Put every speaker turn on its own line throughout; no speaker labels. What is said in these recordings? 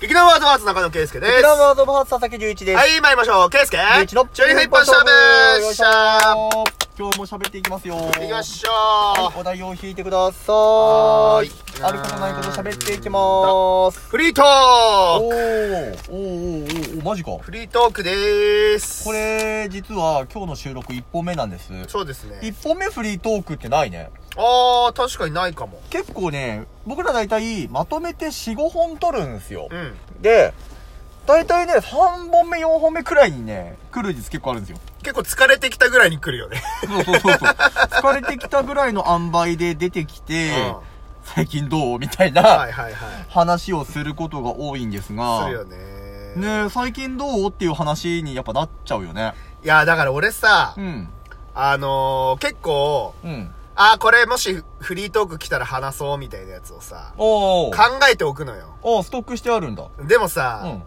劇団ワードワーツ中野圭介です。
クラマードバーツ佐々木隆一です。
はい、参りましょう。圭介
隆一の
チュリフ一本勝負
よ
よ
い
っ
し
し
ょ
ゃー
ー今日も喋っていきますよ
行きまし
は
ょ
いうお題を引いてくださーい。
はーい
あることないこと喋っていきまーす。
フリートー
お
ク
ー、おーおーおーおーマジか。
フリートークでーす。
これ、実は今日の収録1本目なんです。
そうですね。
1本目フリートークってないね。
あー、確かにないかも。
結構ね、僕ら大体まとめて4、5本撮るんですよ
う。ん。
で、大体ね、3本目、4本目くらいにね、来る率結構あるんですよ。
結構疲れてきたぐらいに来るよ ね。
そうそうそうそう。疲れてきたぐらいの塩梅で出てきて、
うん
最近どうみたいな
はいはいはい。
話をすることが多いんですが、
するよね
ねえ最近どうっていう話にやっぱなっちゃうよね。
いや、だから俺さ
う、ん。
あのー、結構、
うん。
あー、これもしフリートーク来たら話そうみたいなやつをさ、考
おー。
えておくのよ。
おー、ストックしてあるんだ。
でも
う
さ、
ん。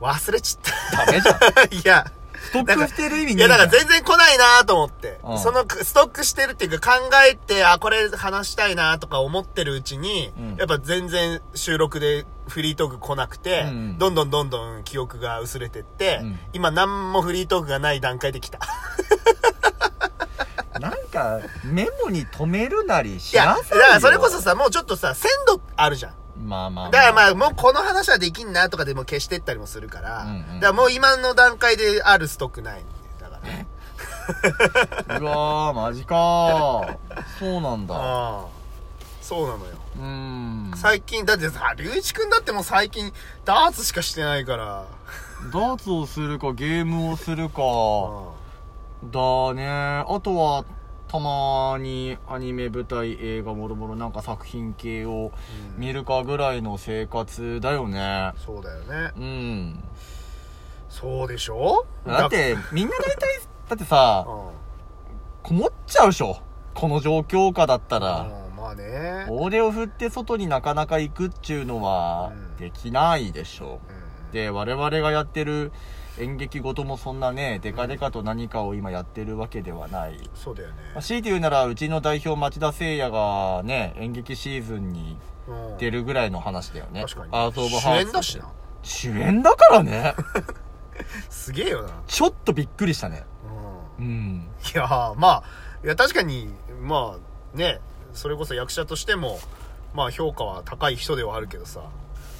忘れちった。
ダメじゃん。
いや、
ストックしてる意味
い
ね
や
えじゃ
だ
ん
から全然来ないなと思って、
うん
そのストックしてるっていうか考えて、あ、これ話したいなとか思ってるうちに、
うん
やっぱ全然収録でフリートーク来なくて、
うんうん
どんどんどんどん記憶が薄れてって、
うん
今何もフリートークがない段階で来 た。
なんか、メモに止めるなり
い
し
や、
な
だ
さ
か
いよ。
らそれこそさ、もうちょっとさ、鮮度あるじゃん。
まあまあ。
だからま
あ。
あもうこの話はできんなとかでも消してったりもするから、
うんうん
だからもう今の段階であるストックないんだよだから。
うわー、マジかー。そうなんだ。
ああ。そうなのよ。
うーん。
最近、だってさ、龍一くんだってもう最近、ダーツしかしてないから。
ダーツをするか、ゲームをするか。
う
だねあとはたまにアニメ舞台映画もろもろなんか作品系を
ん
見るかぐらいの生活だよね
そうだよね。
うん
そうでしょ
だっ、てみんな大体だってさ
うん。うん
こもっちゃうでしょこの状況下だったら
まあね。
俺を振って外になかなか行くっちゅうのは
うん
できないでしょ
うん
で我々がやってる演劇ごともそんなねデカデカと何かを今やってるわけではない
そうだよね
まあ、。強いて言うならうちの代表町田誠也がね演劇シーズンに
うん
出るぐらいの話だよね
確かに。
アート・オブ・
主
ハウス
演だしな。
主演だからね
すげえよな。
ちょっとびっくりしたね
うん。
うん
いやーまあ、いや、確かに、まあ、ね、それこそ役者としても、まあ、評価は高い人ではあるけどさ、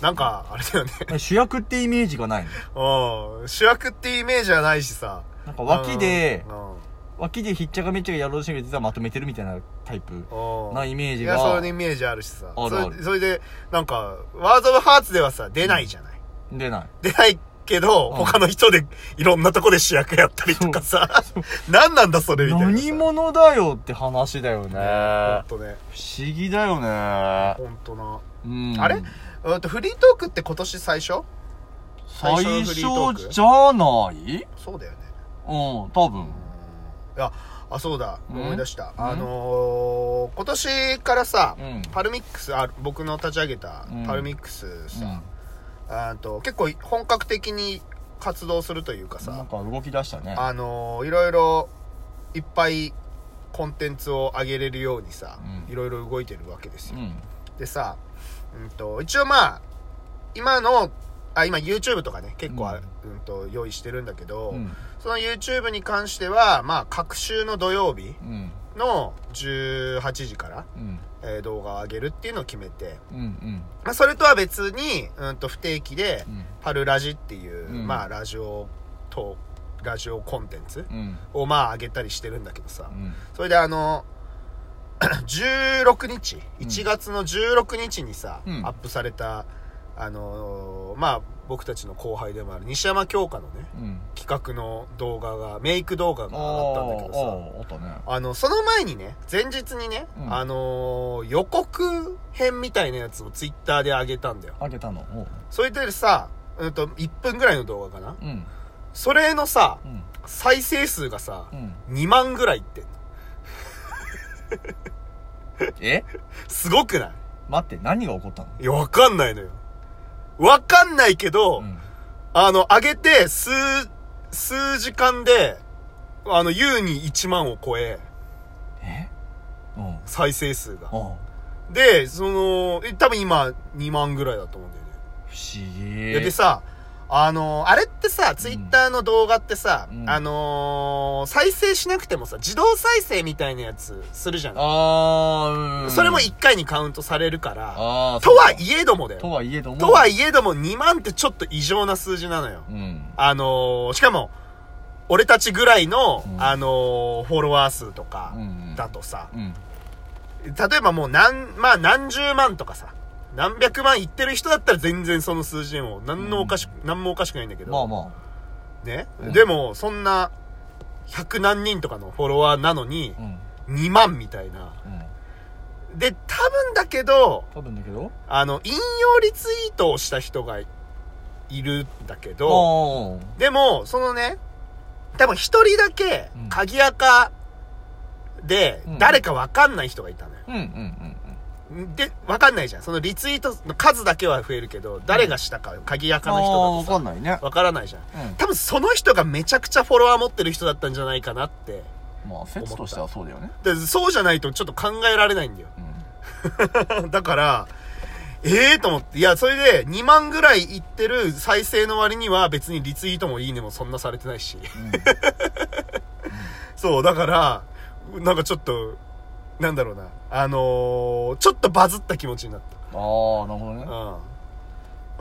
なんか、あれだよね、
主役ってイメージがないの
うん、主役ってイメージはないしさ、
なんか脇で
うん、うん
脇でひっちゃかめっちゃかやろうとしてるけど実はまとめてるみたいなタイプ
うん
なイメー
い
ジ
や、
が
そういうイメージあるしさ、
あるあ
そ
る
れそれで、なんか、ワード・オブ・ハーツではさ、出ないじゃない。
出ない
出ないけど、
うん
他の人で、いろんなとこで主役やったりとかさ、 何なんだそれみたいなさ。
何者だよって話だよね
ほんとね、
不思議だよね
ほんとな。
うん
あれうんと、フリートークって今年最初最初の
最
フリートーク
初じゃない
そうだよね。
うん多分
いや、あ、そうだ、
うん
思い出した。
うん
あのー、今年からさ、
うん
パルミックス、あ、僕の立ち上げた
うん
パルミックス
う
さ
ん、
あと結構本格的に活動するというか
なん
さ、
か動き出したね
あのー、いろいろいっぱいコンテンツを上げれるようにさ、
うん
いろいろ動いてるわけです
う
よ。
ん
でさ、うんと、一応まあ、今の、あ、今 YouTube とかね、結構あ、うんと用意してるんだけど、
うん
その YouTube に関しては、まあ、各週の土曜日
うん
の18時から、
うん
えー動画を上げるっていうのを決めて、
うんうん
まあ、それとは別に、うんと不定期で
う、ん
パルラジっていう、
うん
まあ、ラジオと、ラジオコンテンツ
うん
をまあ、上げたりしてるんだけどさ
う、ん
それであの、16日、1月の16日にさ、
うん
アップされた、あのーまあ、僕たちの後輩でもある西山京香のね、
うん
企画の動画が、メイク動画があったんだけどさ、
あーあーあったね
あの、その前にね、前日にね、
うん
あのー予告編みたいなやつをツイッターで上げたんだよ。
あげたのおう
それでさ、うんと、1分ぐらいの動画かな
うん
それのさ、
うん
再生数がさ
う、ん
2万ぐらいいってんの
え
すごくな
待って何が起こったの
いいや、わかんないのよ。わかんないけど、
うん
あの、上げて、数、数時間で、あの、優に1万を超え、
えうん
再生数が。
あ
で、その、え多分今、2万ぐらいだと思うんだよね。
不不思議
いやでさあのーあれってさツイッターの動画ってさ、
うん
あのー再生しなくてもさ自動再生みたいなやつするじゃん
あーうん
それも1回にカウントされるから
あー
と
そうか
はいえどもだよ
とはいえども
とはいえども2万ってちょっと異常な数字なのよ
うん
あのーしかも俺たちぐらいの、
うん
あのーフォロワー数とか
うん
だとさ、
うん
例えばもう何、まあ何十万とかさ、何百万いってる人だったら全然その数字でも何のおかしく、何もおかしくないんだけど。
まあま
ね、
うん
でも、そんな、百何人とかのフォロワーなのに
あう、ん
2万みたいな。
うん
で、多分だけど、
多分だけど
あの、引用リツイートをした人がいるんだけ
あ
ど、
ー
でも、そのね、多分一人だけ
うん、
鍵垢で
う、ん
誰かわかんない人がいたのよ。
うんうんうん
で、わかんないじゃん。そのリツイートの数だけは増えるけど、誰がしたか、鍵垢の
あ
人だ
ー
と
わかんないね
さ、わからないじゃん。
うん
多分その人がめちゃくちゃフォロワー持ってる人だったんじゃないかなって。
まあ説としてはそうだよね
でそうじゃないとちょっと考えられないんだよ。 だから、ええー、と思って。いや、それで2万ぐらいいってる再生の割には別にリツイートもいいねもそんなされてないし。
うん
そう、だから、なんかちょっと、なんだろうな。あのー、ちょっとバズった気持ちになった。
ああなるほどね
ま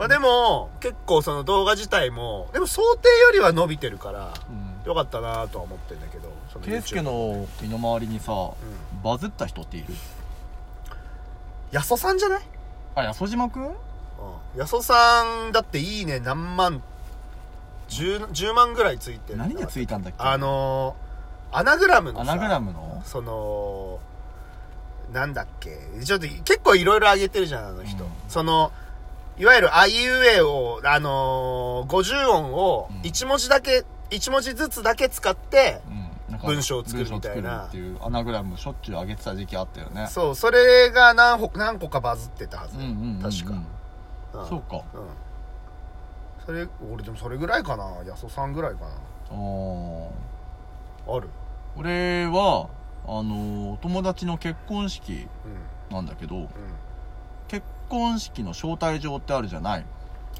あでも、結構その動画自体も、でも想定よりは伸びてるから、
うん
よかったなとは思ってんだけど、その YouTube
圭介の身の回りにさ
うん。
バズった人っている
安尾さんじゃない
あやそじまくん
うん。安尾さん、だっていいね、何万、10、10万ぐらいついてる。
何がついたんだっけ
あのー、アナグラムの
ア
さ、
ナグラムの
その、なんだっけ、ちょっと結構いろいろ上げてるじゃん、あの人。
うん
その、いわゆるあいうえを、あのー、50音を
うん
1文字だけ、一文字ずつだけ使って、
うんなんか
文章を作るみたいな
文章を作るっていうアナグラムしょっちゅう上げてた時期あったよね
そう、それが何歩何個かバズってたはず。
うんうんうんうん
確かうん
そうか
うん。それ、俺でもそれぐらいかな。安尾さんぐらいか
おー
な。ある。
俺はあのー友達の結婚式
うん。
なんだけど
うん。
結婚式の招待状ってあるじゃない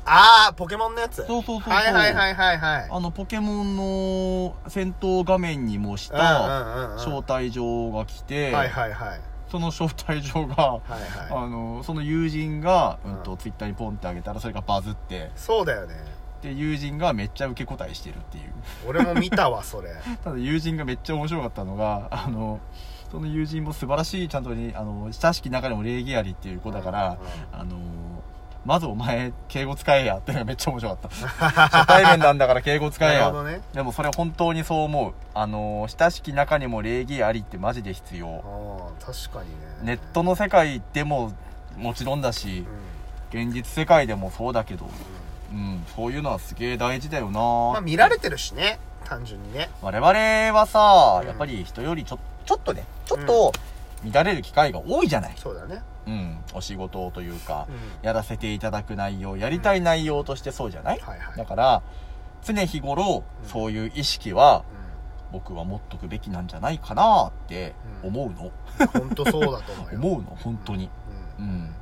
あー、ポケモンのやつ。
そうそうそうそう
はいはいはいはいはい。
あのポケモンの戦闘画面に模し
うん
た
うんうんうん
招待状が来て、
はいはいはい。
その招待状が、
はいはい。
あのその友人が、うんと
う
ツイッターにポンってあげたらそれがバズって
そうだよね。
で友人がめっちゃ受け答えしてるっ ていう
俺も見たわ、 それ。
ただ友人がめっちゃ面白かったのがあのその友人も素晴らしいちゃんとねあの親しき中でも礼儀ありっていう子だから、あのまずお前敬語使えやっていうのがめっちゃ面白かっ た初対面なんだから敬語使え
な
や
るほどね。
でもそれ本当にそう思うあの親しき中にも礼儀ありってマジで必要
ああ、確かにね。
ネットの世界でももちろんだし
うん。
現実世界でもそうだけどうんそういうのはすげえ大事だよな、
まあ見られてるしね、単純にね。
我々はさ、
うん
やっぱり人よりちょちょっとねちょっと乱れる機会が多いじゃない、
そうだね。
うん、お仕事というか
う、ん。
やらせていただく内容やりたい内容としてそうじゃない、
はいはい。
だから常日頃
うん
そういう意識は
う
僕は持っとくべきなんじゃないかなって思うの、
ん。本当そうだと思うよ。
思うの本当に
う。
うんん、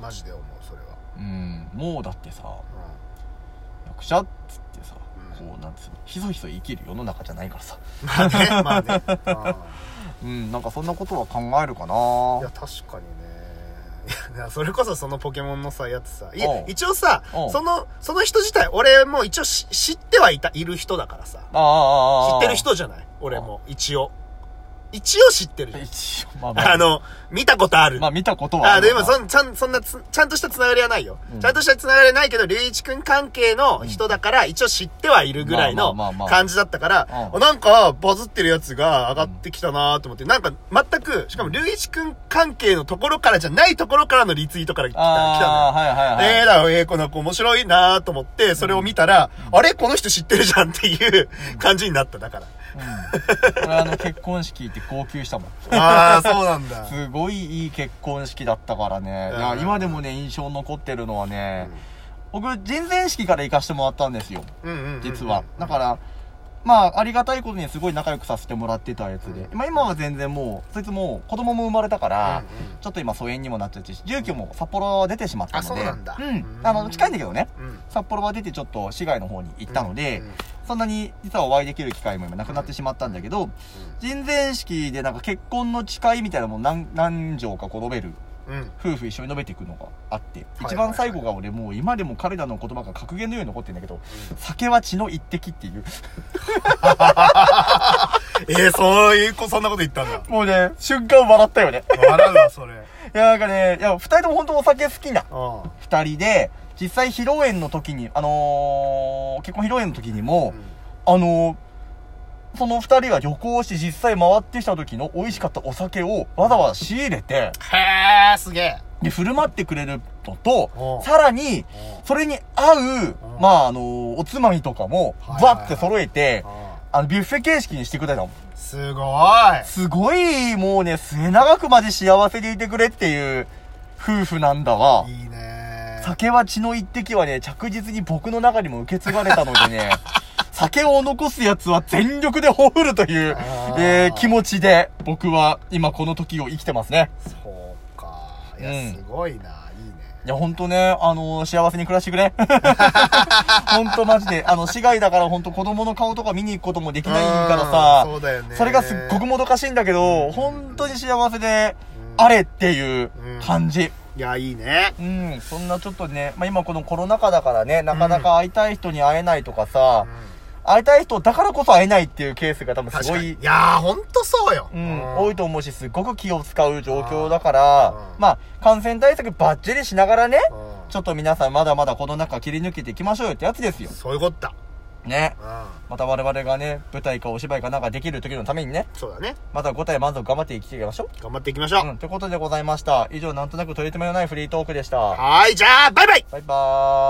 マジで思う、それは。
うん、もうだってさ
う
役者っつってさ
うん
こうなんつうのひそひそ生きる世の中じゃないからさ
ん。まあね、まあね。
うんなんかそんなことは考えるか
うんいや、
な
確かにね。いやそれこそそのポケモンのさ、やつさ。い
うん
一応さ、
うん
その、その人自体、俺も一応し知ってはいた、いる人だからさ。
あああああ
知
あ
ってる人じゃない俺も、一応。一応知ってるじゃん。
一応まあま
あ
あ
の、見たことある。
まあ見たことは
あ、
ある
で
わ
もそん、ちゃん、そんなつ、ちゃんとしたつながりはないよ。
うん
ちゃんとしたつながりはないけど、龍一くん関係の人だから、一応知ってはいるぐらいの
まあまあまあまあ
感じだったから、
うん
あなんか、バズってるやつが上がってきたなと思って、なんか、全く、しかも龍一くん関係のところからじゃないところからのリツイートから来た、来
ああ
たのよ。
はいはいはい、
ええだ、ええこの子面白いなと思って、それを見たら、あれこの人知ってるじゃんっていう感じになった、だ から。
うん、俺あの結婚式行って号泣したもん
ああ、そうなんだ。
すごいいい結婚式だったからね、
うん
いや今でもね印象残ってるのはね
うん、
僕人前式から行かしてもらったんですよ
うんうんうんうん
実は、だからまあ、ありがたいことにすごい仲良くさせてもらってたやつで。まあ、今は全然もう、そいつもう子供も生まれたから、
うんうん
ちょっと今疎遠にもなっちゃってし、住居も札幌は出てしまったので。
あそうなんだうん
あの、近いんだけどね。
うん
札幌は出てちょっと市外の方に行ったので、
うんうん
そんなに実はお会いできる機会も今なくなってしまったんだけど、人前式でなんか結婚の誓いみたいなのも何、何条かこう述べる。
うん
夫婦一緒に述べていくのがあって、
いはい
一番最後が俺もう今でも彼らの言葉が格言のように残ってるんだけど、酒は血の一滴っていう。
えー、そういう子そんなこと言ったんだ
もうね、瞬間笑ったよね。
笑うわ それうん
いや、なんかね、いや、二人とも本当お酒好きな
あ
二人で、実際披露宴の時に、あのー、結婚披露宴の時にも、あのー、その二人が旅行して実際回ってきた時の美味しかったお酒をわざわざ仕入れて、
へえすげえ
で、振る舞ってくれるのと
う、ん
さらに、それに合う
うん、
まあ、あのー、おつまみとかも
はい、はいはい
バッて揃えて、あの、ビュッフェ形式にしてくれたの。
すごい
すごい、もうね、末永くまで幸せでいてくれっていう夫婦なんだわ。
いいね
酒は血の一滴はね、着実に僕の中にも受け継がれたので ね、酒を残す奴は全力でほふるという
あ、ー
えー気持ちで、僕は今この時を生きてますね。
そうかいうや
ん
すごいないいね
いや、ほんとね、あのー幸せに暮らして くれ。ほんとマジで、あの、市外だからほんと子供の顔とか見に行くこともできないからさ、
うんそうだよね
それがすっごくもどかしいんだけど、本当に幸せで、あれっていう感じ。
いやいいね
うん、そんなちょっとね、まあ、今このコロナ禍だからね、なかなか会いたい人に会えないとかさ、会いたい人だからこそ会えないっていうケースが多分す
確
ご
かに
い
い、やーほんとそうよ
うん、
うん
多いと思うし、すごく気を使う状況だから、
うん
まあ、感染対策バッチリしながらね、
うん
ちょっと皆さんまだまだこの中切り抜けていきましょうよってやつですよ。
そういうことだ
ね。
う
また我々がね、舞台かお芝居かなんかできる時のためにね、
んそうだね
また5体満足頑張って生きていきましょう。
頑張っていきましょう
うん、ということでございました。以上、なんとなく取り留めのないフリートークでした。
はーいじゃあバイバイ
バイバーイ。